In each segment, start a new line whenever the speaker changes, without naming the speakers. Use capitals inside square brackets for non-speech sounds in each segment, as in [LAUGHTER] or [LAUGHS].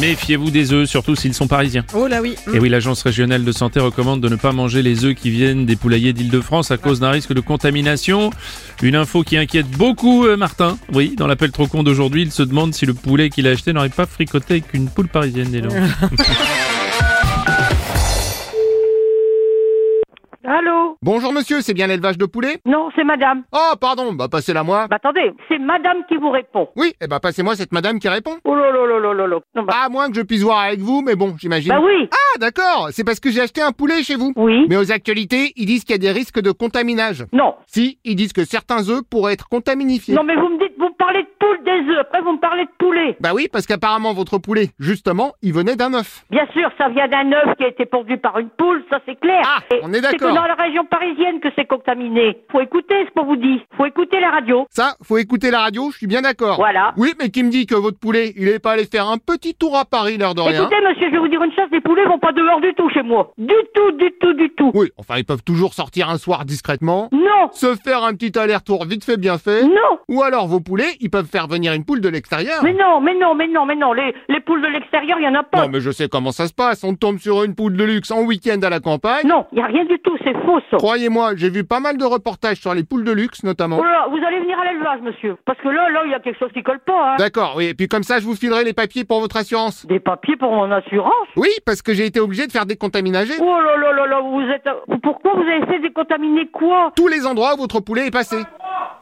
Méfiez-vous des œufs, surtout s'ils sont parisiens.
Oh là oui.
Et oui, l'Agence régionale de santé recommande de ne pas manger les œufs qui viennent des poulaillers d'Île-de-France à cause d'un risque de contamination. Une info qui inquiète beaucoup euh, Martin. Oui, dans l'appel trop con d'aujourd'hui, il se demande si le poulet qu'il a acheté n'aurait pas fricoté avec une poule parisienne.
[LAUGHS]
dis donc.
Allô
Bonjour monsieur, c'est bien l'élevage de poulets
Non, c'est madame.
Oh pardon, bah passez-la moi.
Bah attendez, c'est madame qui vous répond.
Oui, eh bah passez-moi cette madame qui répond.
Oh là là là là là là. Non, bah,
À moins que je puisse voir avec vous, mais bon, j'imagine.
bah oui
Ah d'accord, c'est parce que j'ai acheté un poulet chez vous.
Oui
Mais aux actualités, ils disent qu'il y a des risques de contaminage.
Non
Si, ils disent que certains œufs pourraient être contaminifiés.
Non mais vous me dites, vous me parlez de poule des œufs, après vous me parlez de poulet.
Bah oui, parce qu'apparemment votre poulet, justement, il venait d'un œuf.
Bien sûr, ça vient d'un œuf qui a été pondu par une poule, ça c'est clair.
Ah,
Et
on
C'est
est
que
d'accord.
dans la région parisienne que c'est contaminé. Faut écouter ce qu'on vous dit. Faut écouter la radio.
Ça, faut écouter la radio, je suis bien d'accord.
Voilà.
Oui, mais qui me dit que votre poulet, il est pas allé faire un petit tour à Paris l'air de rien
Écoutez monsieur, je vais vous dire une chose, les poulets vont pas dehors du tout chez moi. Du tout, du tout, du tout.
Oui, enfin ils peuvent toujours sortir un soir discrètement,
Non
se faire un petit aller-retour vite fait bien fait.
Non
Ou alors vos poulets, ils peuvent faire venir une poule de l'extérieur.
Mais non, mais non, mais non, mais non. Les, les poules de l'extérieur, il y en a pas.
Non, mais je sais comment ça se passe. On tombe sur une poule de luxe en week-end à la campagne.
Non, il n'y a rien du tout, c'est faux ça.
Croyez-moi, j'ai vu pas mal de reportages sur les poules de luxe, notamment.
Oh là là, vous allez venir à l'élevage, monsieur. Parce que là, là, il y a quelque chose qui colle pas, hein.
D'accord, oui. Et puis comme ça, je vous filerai les papiers pour votre assurance.
Des papiers pour mon assurance
Oui, parce que j'ai été obligé de faire décontaminer
Oh là là là là, vous êtes... Pourquoi vous avez fait décontaminer quoi
tous les endroits où votre poulet est passé.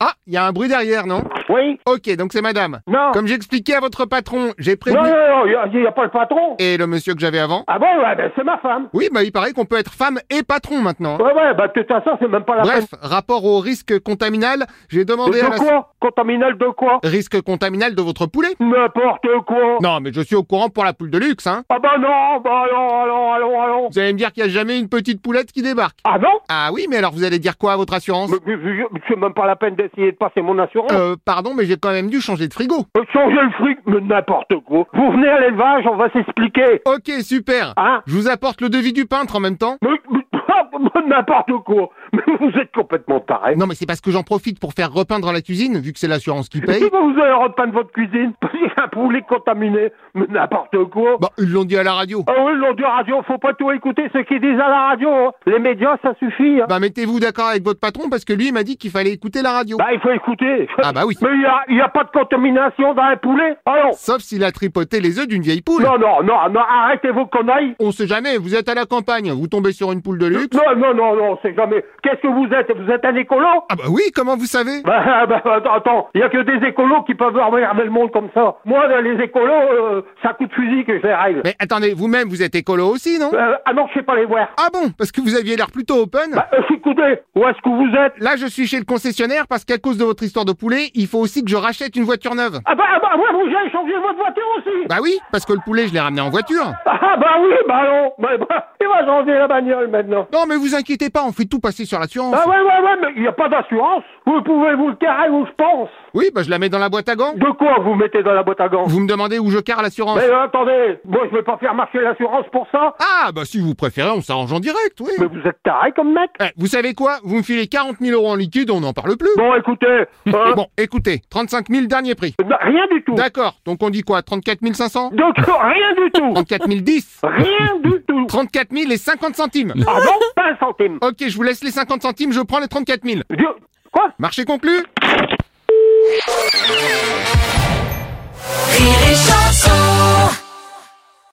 Ah, il y a un bruit derrière, non
Oui
Ok, donc c'est madame.
Ah.
Non
Comme j'expliquais à votre patron, j'ai prévu...
Non, non, non, il n'y a, pas le patron
Et le monsieur que j'avais avant
Ah bon, ouais, ben, c'est ma femme
Oui, bah il paraît qu'on peut être femme et patron maintenant. hein.
Ouais, ouais, bah de toute façon, c'est même pas la
Bref, rapport au risque contaminal, j'ai
peine.
demandé
De,
à
de
la...
quoi Contaminal de quoi
Risque contaminal de votre poulet
N'importe quoi
Non, mais je suis au courant pour la poule de luxe, hein.
Ah bah non, bah allons, allons, allons, allons
Vous allez me dire qu'il n'y a jamais une petite poulette qui débarque.
Ah non
Ah oui, mais alors vous allez dire quoi à votre assurance
Mais- mais- mais- mais C'est même pas la peine d'essayer de passer mon assurance
Euh, pardon, mais j'ai quand même dû changer de frigo.
Euh, Changer le fric, mais n'importe quoi Vous venez à l'élevage, on va s'expliquer
Ok, super.
Hein
Je vous apporte le devis du peintre en même temps.
Mais- [LAUGHS] ah, mais- N'importe quoi Mais vous êtes complètement taré
Non, mais c'est parce que j'en profite pour faire repeindre la cuisine, vu que c'est l'assurance qui
Et [LAUGHS]
paye.
si vous allez repeindre votre cuisine [LAUGHS] Parce qu'il y a un poulet contaminé Mais n'importe quoi
Bah, ils l'ont dit à la radio.
Ah oui, l'on dit radio, faut pas tout écouter ce qu'ils disent à la radio. hein. Les médias, ça suffit. hein. Bah,
Bah, mettez-vous d'accord avec votre patron parce que lui, il m'a dit qu'il fallait écouter la radio.
il faut écouter.
Ah bah oui.
Bah, [LAUGHS] Mais il n'y a, il y a pas de contamination dans un poulet. Alors,
Sauf s'il a tripoté les œufs d'une vieille poule.
non, non, non, non, arrêtez vos conneries.
On sait jamais, vous êtes à la campagne, vous tombez sur une poule de luxe.
Non, non, non, non, c'est jamais. Qu'est-ce que vous êtes Vous êtes un écolo [LAUGHS]
Ah bah oui, comment vous savez
bah, bah, bah, attends, attends, il n'y a que des écolos qui peuvent regarder le monde comme ça. Moi, les écolos, euh, c'est à coup de fusil que je les règle.
Mais attendez, vous-même, vous êtes écolo aussi, non
Euh, ah non, je sais pas les voir.
Ah bon Parce que vous aviez l'air plutôt open
Bah, euh, écoutez, où est-ce que vous êtes
Là, je suis chez le concessionnaire parce qu'à cause de votre histoire de poulet, il faut aussi que je rachète une voiture neuve.
Ah bah, ah bah, ouais, vous avez changé votre voiture aussi
Bah oui, parce que le poulet, je l'ai ramené en voiture.
Ah bah oui, bah non, bah, bah, il va changer la bagnole maintenant.
Non, mais vous inquiétez pas, on fait tout passer sur l'assurance.
Ah ouais, ouais, ouais, mais il n'y a pas d'assurance. Vous pouvez vous le carrer où je pense.
Oui, bah je la mets dans la boîte à gants.
De quoi vous mettez dans la boîte à gants
Vous me demandez où je carre l'assurance
Mais euh, attendez, moi je vais pas faire marcher l'assurance pour ça.
Ah, bah si vous préférez, on s'arrange en direct, oui.
Mais vous êtes taré comme mec.
Eh, vous savez quoi Vous me filez 40 000 euros en liquide, on n'en parle plus.
Bon, écoutez, euh,
Bon, écoutez, 35 000 dernier prix.
non, rien du
[LAUGHS]
tout.
D'accord, donc on dit quoi 34 500
Donc [LAUGHS] rien du tout.
34 010
Rien du tout.
34 000 et 50 centimes
Ah non, pas un centime.
Ok, je vous laisse les 50 centimes, je prends les 34 000.
Dieu, Quoi
Marché conclu